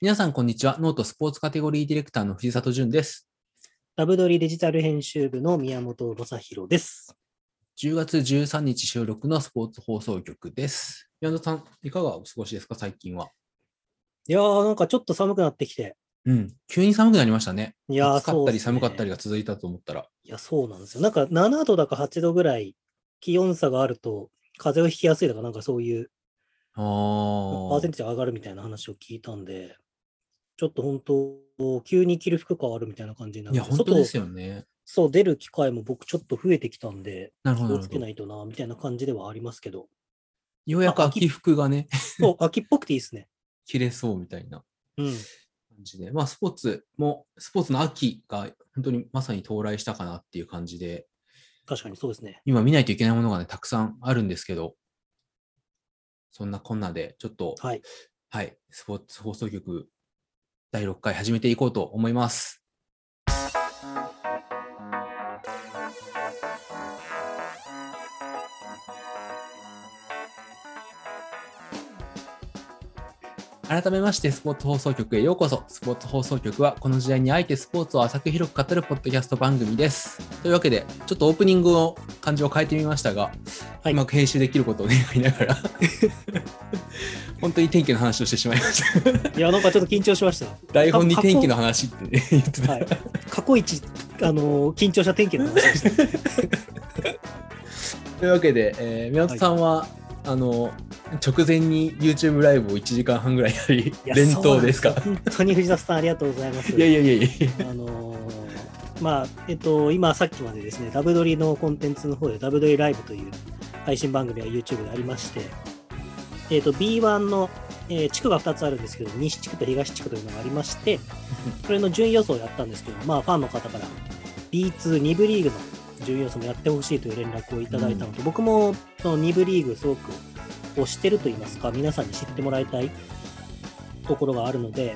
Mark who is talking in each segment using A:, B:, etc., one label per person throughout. A: 皆さん、こんにちは。ノートスポーツカテゴリーディレクターの藤里淳です。
B: ラブドリデジタル編集部の宮本雅宏です。
A: 10月13日収録のスポーツ放送局です。宮田さん、いかがお過ごしですか、最近は。
B: いやー、なんかちょっと寒くなってきて。
A: うん、急に寒くなりましたね。
B: いやー、
A: 暑かったり
B: そうっす
A: 寒
B: ね
A: かったり。が続いたと思ったら。
B: いや、そうなんですよ。なんか7度だか8度ぐらい気温差があると、風邪をひきやすいだかなんかそういう、
A: あ
B: パ
A: ー
B: ーセンテージ上がるみたいな話を聞いたんで、ちょっと本当、急に着る服変わるみたいな感じになっ
A: い
B: て、
A: や、本当です
B: よ
A: よね。
B: そう出る機会も僕ちょっと増えてきたんで、
A: なる
B: 気
A: ほど
B: を
A: なる
B: つ
A: ほ
B: け
A: ど
B: な。いとな、みたいな感じではありますけど、
A: ようやく秋服がね、
B: そう、秋っぽくていいですね。
A: 切れそうみたいな
B: うん。
A: 感じで。まあ、スポーツも、スポーツの秋が本当にまさに到来したかなっていう感じで、
B: 確かにそうですね。
A: 今見ないといけないものがね、たくさんあるんですけど、そんなこんなで、ちょっと、
B: はい。
A: はい、スポーツ放送局第6回始めていこうと思います。改めまして、スポーツ放送局へようこそ。スポーツ放送局は、この時代にあえてスポーツを浅く広く語るポッドキャスト番組です。というわけで、ちょっとオープニングの感じを変えてみましたが、
B: はいう
A: まく編集できることを願いながら、 本当に天気の話をしてしまいました。
B: いや、なんかちょっと緊張しました。
A: 台本に天気の話って、ね、言ってた。
B: はい、過去一、あのー緊張した天気の話でした。
A: というわけで、えー宮本さんは、あの直前に YouTube ライブを1時間半ぐらいやり
B: い や
A: 連投ですか
B: そうなんよ本当に藤田さん、ありがとうございます。
A: いやいやい やいや
B: あのーまあ、えっと、今、さっきまでですね、ダブドリのコンテンツの方で、ダブドリライブという配信番組が YouTube でありまして、えっと、B1 の、えー地区が2つあるんですけど、西地区と東地区というのがありまして、それの順位予想をやったんですけど、まあ、ファンの方から B22 部リーグの順位予想もやってほしいという連絡をいただいたのと、僕もその2部リーグすごく推してると言いますか、皆さんに知ってもらいたいところがあるので、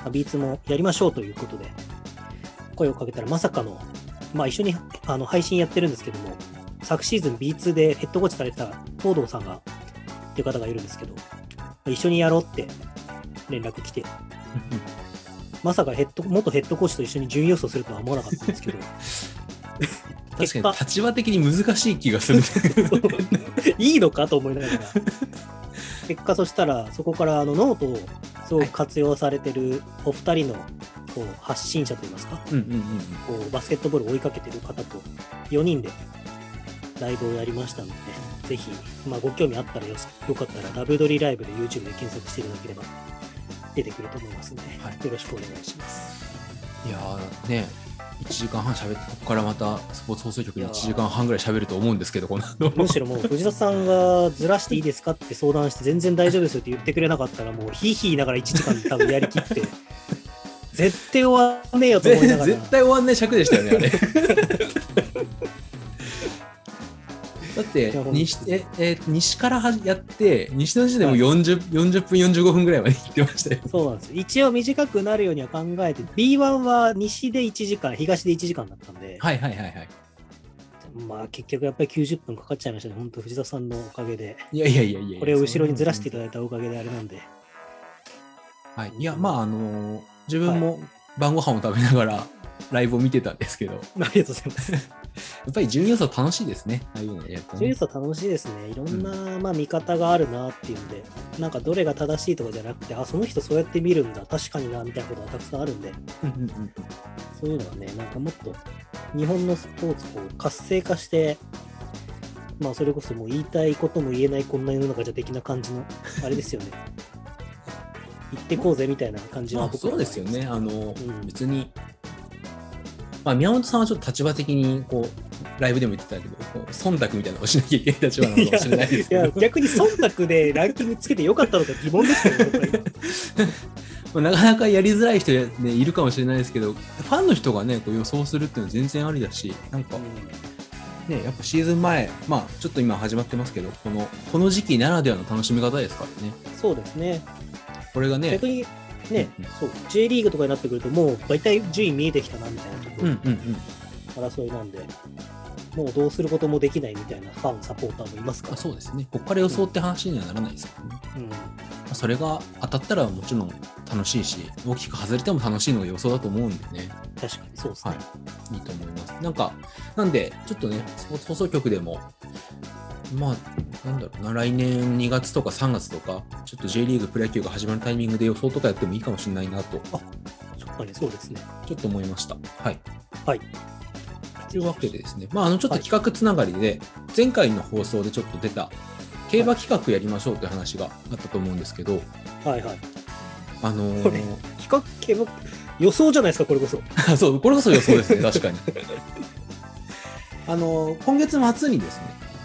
B: まあ B2 もやりましょうということで、声をかけたらまさかの、まあ一緒にあの配信やってるんですけども、昨シーズン B2 でヘッドコーチされてた東堂さんが、っていう方がいるんですけど、まあ一緒にやろうって連絡来て、まさかヘッド元ヘッドコーチと一緒に準予想するとは思わなかったんですけど、
A: 確かに立場的に難しい気がする、
B: いいのかと思いながら、結果、そしたら、そこからあのノートをすごく活用されてるお二人のこう発信者といいますか、
A: うんうんうんうん
B: こうバスケットボールを追いかけてる方と4人でライブをやりましたので、ぜひ、まあ、ご興味あったらよしよかったら、ダブドリライブで YouTube で検索していただければ出てくると思いますので、
A: はい
B: よろしくお願いします。
A: いやーね1時間半喋ってここからまたスポーツ放送局に1時間半ぐらい喋ると思うんですけどこの後
B: むしろもう藤田さんがずらしていいですかって相談して全然大丈夫ですよって言ってくれなかったらもうヒーヒー言いながら1時間多分やりき って絶対終わんねえよと思いながら
A: 絶対終わんない尺でしたよねあれだって
B: いや
A: 西
B: 本当
A: え、えー西からはやって西の時でも 40, 40分45分ぐらいまで行 ってましたよ
B: そうなんですよ一応短くなるようには考えて B1 は西で1時間東で1時間だったんで、
A: はいはいはいはい
B: まあ結局やっぱり90分かかっちゃいましたね本当藤田さんのおかげで
A: いやいやいやいや
B: これを後ろにずらしていた
A: だ
B: だいたおかげであれなんで
A: はい、いやまああのー自分も晩ご飯を食べながら ライブを見てたんですけどや
B: ありがとうございます
A: っぱり準予想楽しいですねああいうのやると
B: ジ
A: ね
B: ュースは楽しいですね。いろんな、まあ、見方があるなっていうんで、なんかどれが正しいとかじゃなくて、あ、その人そうやって見るんだ、確かにな、みたいなことがたくさんあるんで、
A: うんうんうん
B: そういうのはね、なんかもっと日本のスポーツをこう活性化して、まあ、それこそもう言いたいことも言えないこんな世の中じゃ的な感じの、あ れですよね。行ってこうぜみたいな感じ
A: ま
B: の
A: あ、そうですよね。あの、
B: うん
A: 別に、まあ、宮本さんはちょっと立場的に、こう、ライブでも言ってたけど、こう忖度みたいなのをしなきゃいけない立場なのかもしれないです
B: い
A: け
B: や
A: ど、
B: 逆に忖度でランキングつけてよかったのか疑問ですけどね、僕は今
A: まあなかなかやりづらい人、ね、いるかもしれないですけど、ファンの人がね、こう予想するっていうのは全然ありだし、なんかね、やっぱシーズン前、まあ、ちょっと今始まってますけど、この、この時期ならではの楽しみ方ですからね。
B: うんそうですね。
A: これがね
B: 逆、にね
A: うんうん、
B: そう、J リーグとかになってくると、もう大体順位見えてきたなみたいなとこ
A: うん
B: ろ、
A: うんうん。
B: 争いなんで、もうどうすることもできないみたいなファン、サポーターもいますから
A: あ、そうですね。ここから予想って話にはならないですけどね。
B: うん
A: まあそれが当たったらもちろん楽しいし、大きく外れても楽しいのが予想だと思うんでね。
B: 確かにそうですね。
A: はい。いいと思います。なんか、なんで、ちょっとね、スポーツ放送局でも、まあ、なんだろうな、来年2月とか3月とか、ちょっと J リーグ、プロ野球が始まるタイミングで予想とかやってもいいかもしれないなと、
B: そっかにそうですね。
A: ちょっと思いました。はい。
B: はい。
A: というわけでですね、まあ、あのちょっと企画つながりで、前回の放送でちょっと出た、競馬企画やりましょうという話があったと思うんですけど、
B: はいはい。
A: あのー
B: これ企画系の予想じゃないですか、これこそ。
A: あ そう、これこそ予想 ですね、確かに。あの、今月末にですね、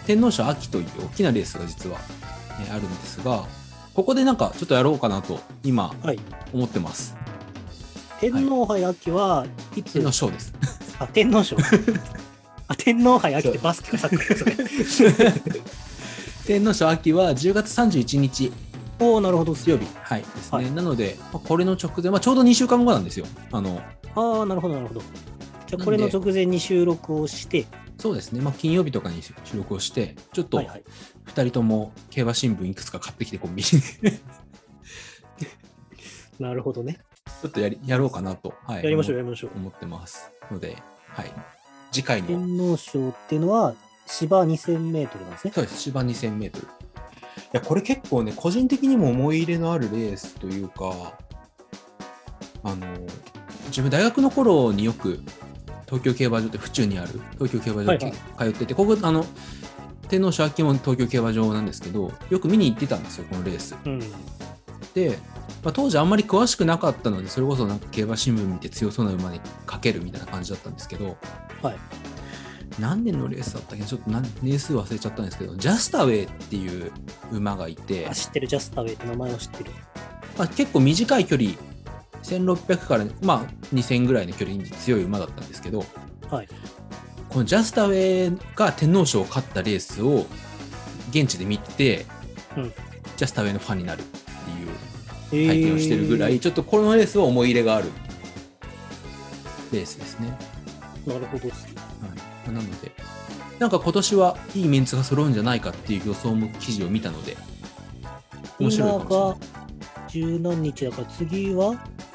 A: 天皇賞秋という大きなレースが実は、えーあるんですが、ここでなんかちょっとやろうかなと今
B: はい。
A: 思ってます。
B: 天皇杯秋はいつ、
A: 天皇賞です。
B: あ、天皇賞。あ、天皇杯秋ってバスケかサッカーかそれ。
A: 天皇賞秋は10月31日
B: おおなるほど、
A: 月曜日。はいですね。
B: はい
A: なので、まあこれの直前、まあ、ちょうど2週間後なんですよ。あの、
B: ああ、なるほど、なるほど。じゃあ、これの直前に収録をして、
A: そうですね、まあ、金曜日とかに収録をして、ちょっと
B: はい
A: 2
B: はい。
A: 人とも競馬新聞いくつか買ってきてコ ンビニでち
B: なるほどね。
A: ょっとやりやろうかなと。はい、
B: やりましょう、やりましょう。
A: 思ってますので、はい、次回の
B: 天皇賞っていうのは、芝2000メートルなんですね。
A: そうです芝 2000m いやこれ結構ね個人的にも思い入れのあるレースというかあの自分大学の頃によく東京競馬場って府中にある東京競馬場に
B: はい
A: 通ってて、ここあの天皇賞秋も東京競馬場なんですけどよく見に行ってたんですよこのレース。
B: うん。
A: で、まあ、当時あんまり詳しくなかったのでそれこそなんか競馬新聞見て強そうな馬にかけるみたいな感じだったんですけど、
B: はい
A: 何年のレースだったっけちょっと何年数忘れちゃったんですけどジャスタウェイっていう馬がいて
B: あ、知ってる、ジャスタウェイって名前を知ってる。
A: まあ、結構短い距離1600から、まあ、2000ぐらいの距離に強い馬だったんですけど、
B: はい
A: このジャスタウェイが天皇賞を勝ったレースを現地で見て、
B: うん
A: ジャスタウェイのファンになるっていう
B: え
A: 体験をしてるぐらい、ちょっとこのレースは思い入れがあるレースですね。
B: なるほどっすね。
A: はい、なので、なんか今年はいいメンツが揃うんじゃないかっていう予想も記事を見たので、面白いかもしれない
B: 今が十何日だから次は、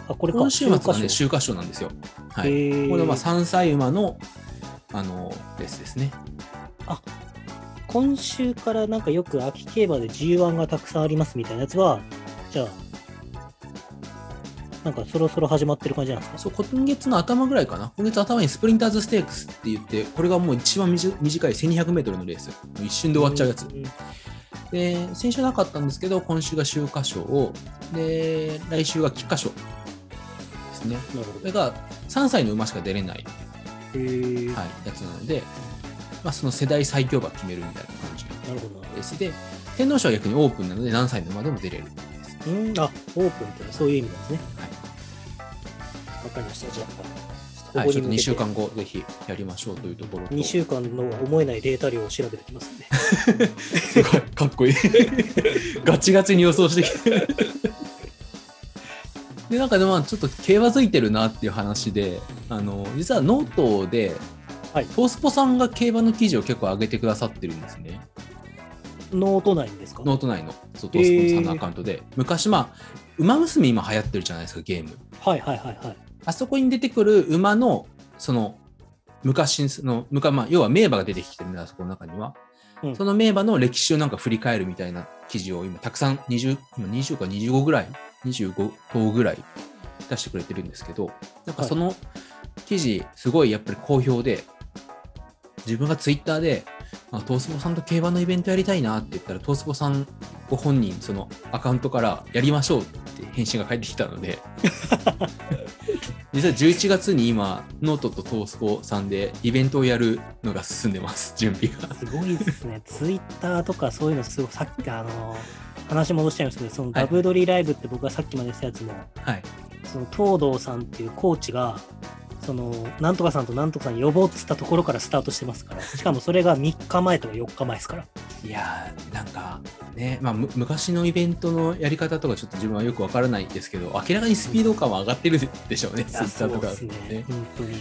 B: あ、これか。
A: 今週末がね、
B: 週
A: 週刊賞なんですよ。は
B: 刊賞
A: い。
B: えー
A: これはまあ3歳馬の、あの、レースですね。
B: 今週からなんかよく秋競馬で G1 がたくさんありますみたいなやつは、じゃあ、なんかそろそろ始まってる感じなんですか
A: そう、今月の頭ぐらいかな。今月頭にスプリンターズステークスって言って、これがもう一番短短い1200メートルのレース。もう一瞬で終わっちゃうやつ。
B: ん
A: で、先週なかったんですけど、今週が週刊賞を、で、来週が菊花賞ですね。
B: なる
A: これが3歳の馬しか出れない、
B: ほど。へー
A: はい、やつなので、まあ、その世代最強馬決めるみたいな感じの
B: なるほどな。
A: レースで、天皇賞は逆にオープンなので何歳の馬でも出れる。
B: うん、あ、オープンってそういう意味なんですね。
A: はい
B: わかりました。じゃあ、
A: はい、ちょっと2週
B: 後。
A: 間後、ぜひやりましょうというところと。
B: 2週間の思えないデータ量を調べてきますね。
A: すごい、 かっこいい。ガチガチに予想してきて。で、なんかでも、ちょっと競馬づいてるなっていう話で、あの、実はノートで、
B: はい
A: トースポさんが競馬の記事を結構上げてくださってるんですね。
B: ノート内にですか
A: ノート内の、そうトースポさんのアカウントで。昔、まあ、馬娘今流行ってるじゃないですか、ゲーム。
B: はいはいはいはい。
A: あそこに出てくる馬の、その、昔、その、昔、まあ、要は名馬が出てきてるんだ、あそこの中には。
B: うん
A: その名馬の歴史をなんか振り返るみたいな記事を今、たくさん、20、今20か25ぐらい、25頭ぐらい出してくれてるんですけど、なんかその記事、すごいやっぱり好評で、自分がツイッターで、あトースポさんと競馬のイベントやりたいなって言ったら、トースポさんご本人、そのアカウントからやりましょうって返信が返ってきたので、実は11月に今、ノートとトースポさんでイベントをやるのが進んでます、準備が。
B: すごいですね。ツイッターとかそういうのすごい、さっきあの、話戻しちゃいますけど、その
A: はい
B: ダブドリライブって僕がさっきまでしたやつも、
A: はい。
B: その東堂さんっていうコーチが、その、なんとかさんとなんとかさん呼ぼうっつったところからスタートしてますから、しかもそれが3日前とか4日前ですから。
A: いやーなんかね、まあ、む昔のイベントのやり方とかちょっと自分はよくわからないですけど明らかにスピード感は上がってるでしょうね、
B: い
A: ツイ
B: や
A: ッタ
B: そ
A: ーと
B: う
A: か
B: で
A: だ
B: す
A: と
B: ね。本当に。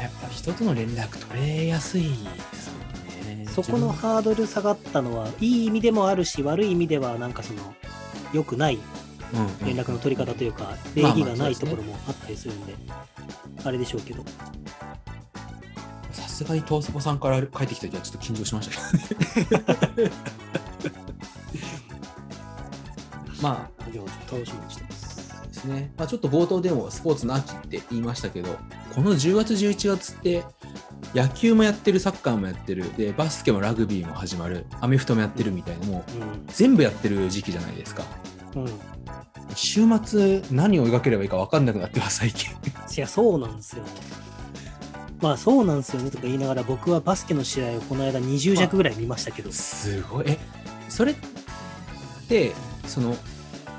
A: やっぱ人との連絡取れやすいですもんね。
B: そこ
A: 自
B: の
A: 分
B: ハードル下がったのは、いい意味でもあるし、悪い意味では、なんかその、良くない
A: うん
B: 連絡の取り方というか、礼
A: まあまあ
B: 儀がない
A: そ
B: と
A: うですね
B: ころもあったりするんで、あれでしょうけど。
A: さすがにトースポさんから帰ってきた時はちょっと緊張しましたけ どね。まあ
B: でも楽しみにしてます。
A: ですね、まあ、ちょっと冒頭でもスポーツの秋って言いましたけど、この10月、11月って、野球もやってる、サッカーもやってる、でバスケもラグビーも始まる、アメフトもやってるみたいな、もう全部やってる時期じゃないですか。
B: うん。うん。い
A: 週末、何を描ければいいか分かんなくなってます、 最近。
B: や、そうなんですよね。まあ、そうなんですよねとか言いながら、僕はバスケの試合をこの間20弱ぐらい見ましたけど、
A: すごいえそれってその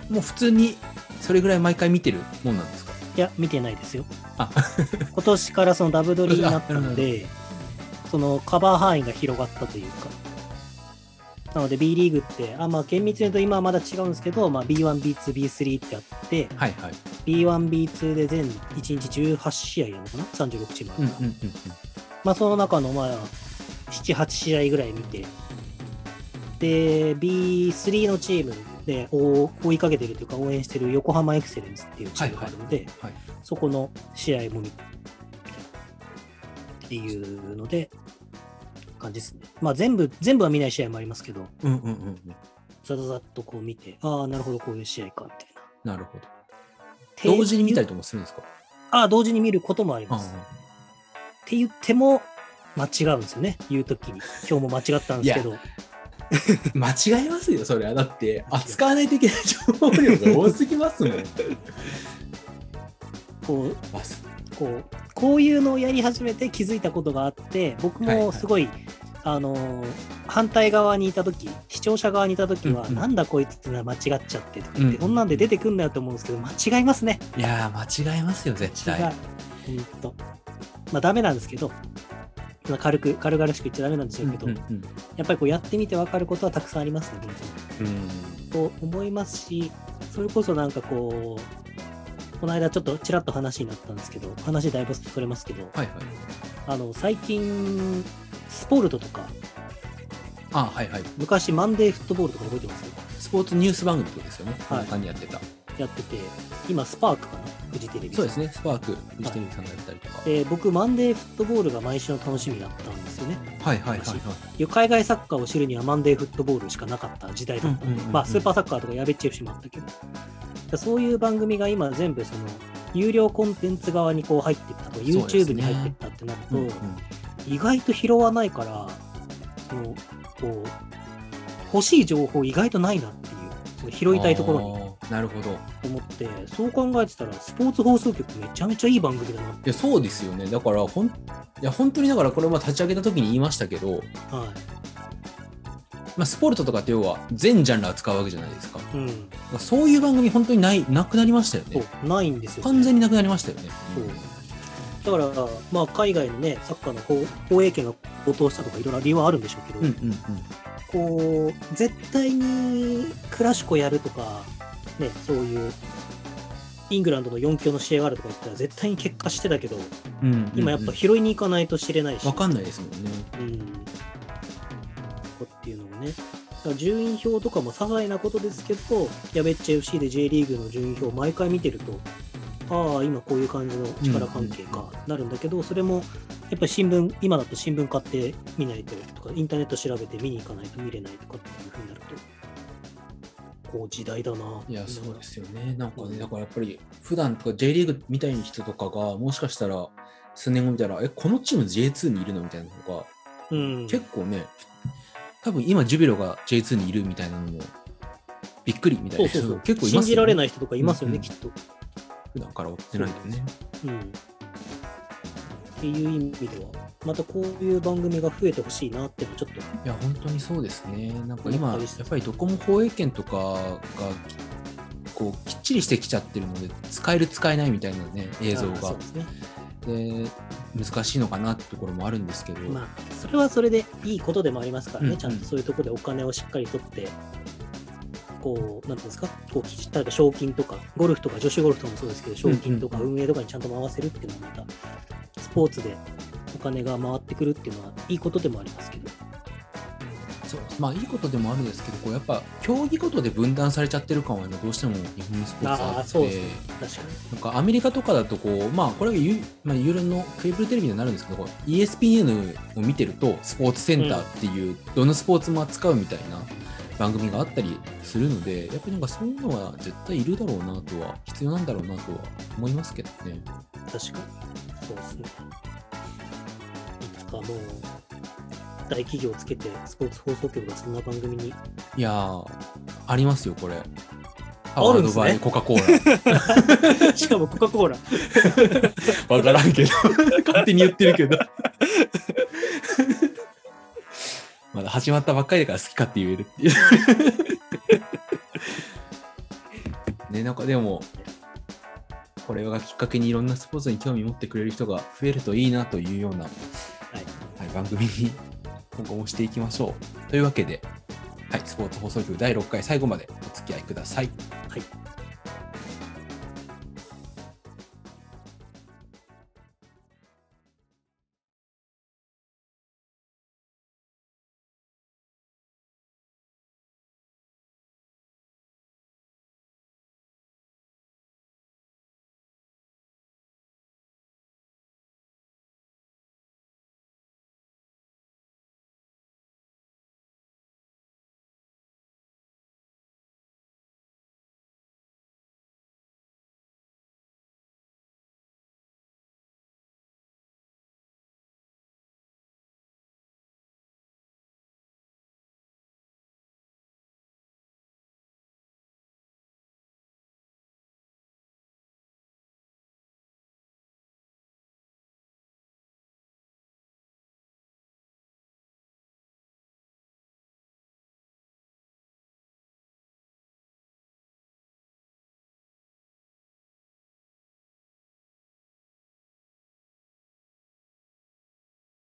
A: もう普通にそれぐらい毎回見てるもんなんですか
B: いや、見てないですよ。
A: あ
B: 今年からそのダブドリになったので、そのカバー範囲が広がったというか。なので B リーグって、あまあ、厳密に言うと今はまだ違うんですけど、まあ、B1、B2、B3 ってあって、
A: はいはい
B: B1、B2 で全1日18試合やるのかな ?36 チームあ
A: う
B: る
A: んう
B: か
A: んうんう
B: ら、
A: ん
B: まあ、その中のまあ7、8試合ぐらい見て、で、B3 のチームで追追いかけてるというか、応援してる横浜エクセレンスっていうチームがあるので、
A: はい
B: そこの試合も見てっていうので、感じですね。まあ全部、全部は見ない試合もありますけど、
A: うんうんうんうん
B: ざざざっとこう見て、ああ、なるほど、こういう試合か、みたいな。
A: なるほど同時に見たりとかもするんですか
B: ああ、同時に見ることもあり
A: あ
B: ます。って言っても、間違うんですよね、言うときに。今日も間違ったんですけど、
A: あ間違いますよそれはだって扱わないといけない情報量が多すぎます もん
B: こう、
A: バス
B: こう、こういうのをやり始めて気づいたことがあって、僕もすごい、あのー反対側にいたとき、視聴者側にいたときは、
A: うんうん
B: なんだこいつ間違っちゃってとか
A: う
B: 言
A: んう
B: っ
A: ん
B: て、こんなんで出てくんなよと思うんですけど、間違いますね。
A: いやー間違いますよ絶
B: 違う。
A: 対
B: うんと。まあ、ダメなんですけど、まあ軽く、軽々しく言っちゃダメなんでしょうけど、
A: うんうん
B: やっぱりこうやってみて分かることはたくさんありますね、本当に。
A: うん
B: と思いますし、それこそなんかこう、この間ちょっとちらっと話になったんですけど、話だいぶそれますけど、
A: はいはい
B: あの、最近、スポルトとか、
A: あはいはい
B: 昔マンデーフットボールとか覚えてます
A: スポーツニュース番組ってことですよね、
B: はい
A: 他にやってた
B: やってて、今スパークかなフジテレビ。
A: そうですねスパークフジテレビさんがやったりとか、
B: で僕、マンデーフットボールが毎週の楽しみだったんですよね。
A: はいはいはいはい。
B: 海外サッカーを知るにはマンデーフットボールしかなかった時代だったんで、
A: うんうんうんうん
B: まあ、スーパーサッカーとかやべっち FC もあったけど、だからそういう番組が今全部その、有料コンテンツ側にこう入っていったとか、
A: そうです
B: YouTube
A: ね
B: に入っていったってなると、
A: うんうん
B: 意外と拾わないから、そのこう欲しい情報意外とないなっていう、その拾いたいところに
A: あーなるほど。い
B: 思って、そう考えてたら、スポーツ放送局めちゃめちゃいい番組だなっ
A: や、そうですよね。だから、ほん、いや、本当にだから、これも立ち上げた時に言いましたけど、
B: て。は
A: まあ、スポルトとかって要は、全ジャンル扱うわけじゃないですか。
B: い。うん。
A: まあそういう番組、本当にない、なくなりましたよね。
B: そう、ないんですよ、ね。
A: 完全になくなりましたよね。
B: そう。だから、まあ、海外のね、サッカーの放放映権が高騰したとか、いろいろ理由はあるんでしょうけど、
A: うんうんうん。
B: こう、絶対にクラシコやるとか、ね、そういう、イングランドの4強の試合があるとか言ったら、絶対に結果してたけど、
A: うんうんうん
B: 今やっぱ拾いに行かないと知れないし、
A: わかんないですもんね。
B: うん、っていうのもね、だから順位表とかも些細なことですけど、やべっち FC で J リーグの順位表を毎回見てると、ああ、今こういう感じの力関係か、なるんだけど、それもやっぱり新聞、今だと新聞買って見ないととか、インターネット調べて見に行かないと見れないとかっていうふうになると、こう時代だな。
A: いや、そうですよね。なんかね、だからやっぱり、普段とか J リーグみたいな人とかが、もしかしたら、数年後見たら、え、このチーム J2 にいるのみたいなのが、
B: うん。
A: 結構ね、多分今、ジュビロが J2 にいるみたいなのも、びっくりみたい
B: そ
A: な
B: うそうそう。
A: 結構いますよ
B: 信
A: ね
B: じられない人とかいますよ
A: う
B: ね、
A: んうん
B: きっと。
A: 普段から追ってないんでね。
B: うん、っていう意味では、またこういう番組が増えてほしいなってのはちょっと、
A: いや、本当にそうですね。なんか今、
B: う
A: や
B: ん
A: っぱりドコモ放映権とかが、こう、きっちりしてきちゃってるので、使える、使えないみたいなね、映像
B: あーそ
A: が
B: う。ですね。
A: で、難しいのかなってところもあるんですけど、
B: まあ、それはそれでいいことでもありますからね、
A: うん
B: ちゃんとそういうところでお金をしっかり取って、こう、なんていうんですか、こう例えば賞金とか、ゴルフとか、女子ゴルフとかもそうですけど、賞金とか
A: うんう
B: 運営とかにちゃんと回せるっていうのは、また、スポーツでお金が回ってくるっていうのはいいことでもありますけど。
A: そうまあいいことでもあるんですけどこうやっぱ競技ごとで分断されちゃってる感はねどうしても日本のスポーツはあ
B: ああ、
A: っ
B: そうです
A: て
B: ね。確かに。
A: なんかアメリカとかだとこうまあこれはゆ、まあ、ユーロのケーブルテレビになるんですけどこう ESPN を見てるとスポーツセンターっていう、どのスポーツも扱うみたいな番組があったりするのでやっぱりなんかそういうのは絶対いるだろうなとは必要なんだろうなとは思いますけどね。
B: 確かに。そうですね。いつかもう、大企業つけて、スポーツ放送局がそんな番組に。
A: いやーありますよこれ。パ
B: あ
A: ワ
B: る
A: ー
B: んで
A: ド
B: すね
A: バイコカ・コー
B: しかもコカ・コーラ。
A: ラ。わからんけど勝手に言ってるけど。 まだ始まったばっかりだから好きかって言える っていう。ね、なんかでも、これがきっかけにいろんなスポーツに興味持ってくれる人が増えるといいなというような、はい、番組に今後もしていきましょう。というわけで、はい、スポーツ放送局第6回最後までお付き合いください。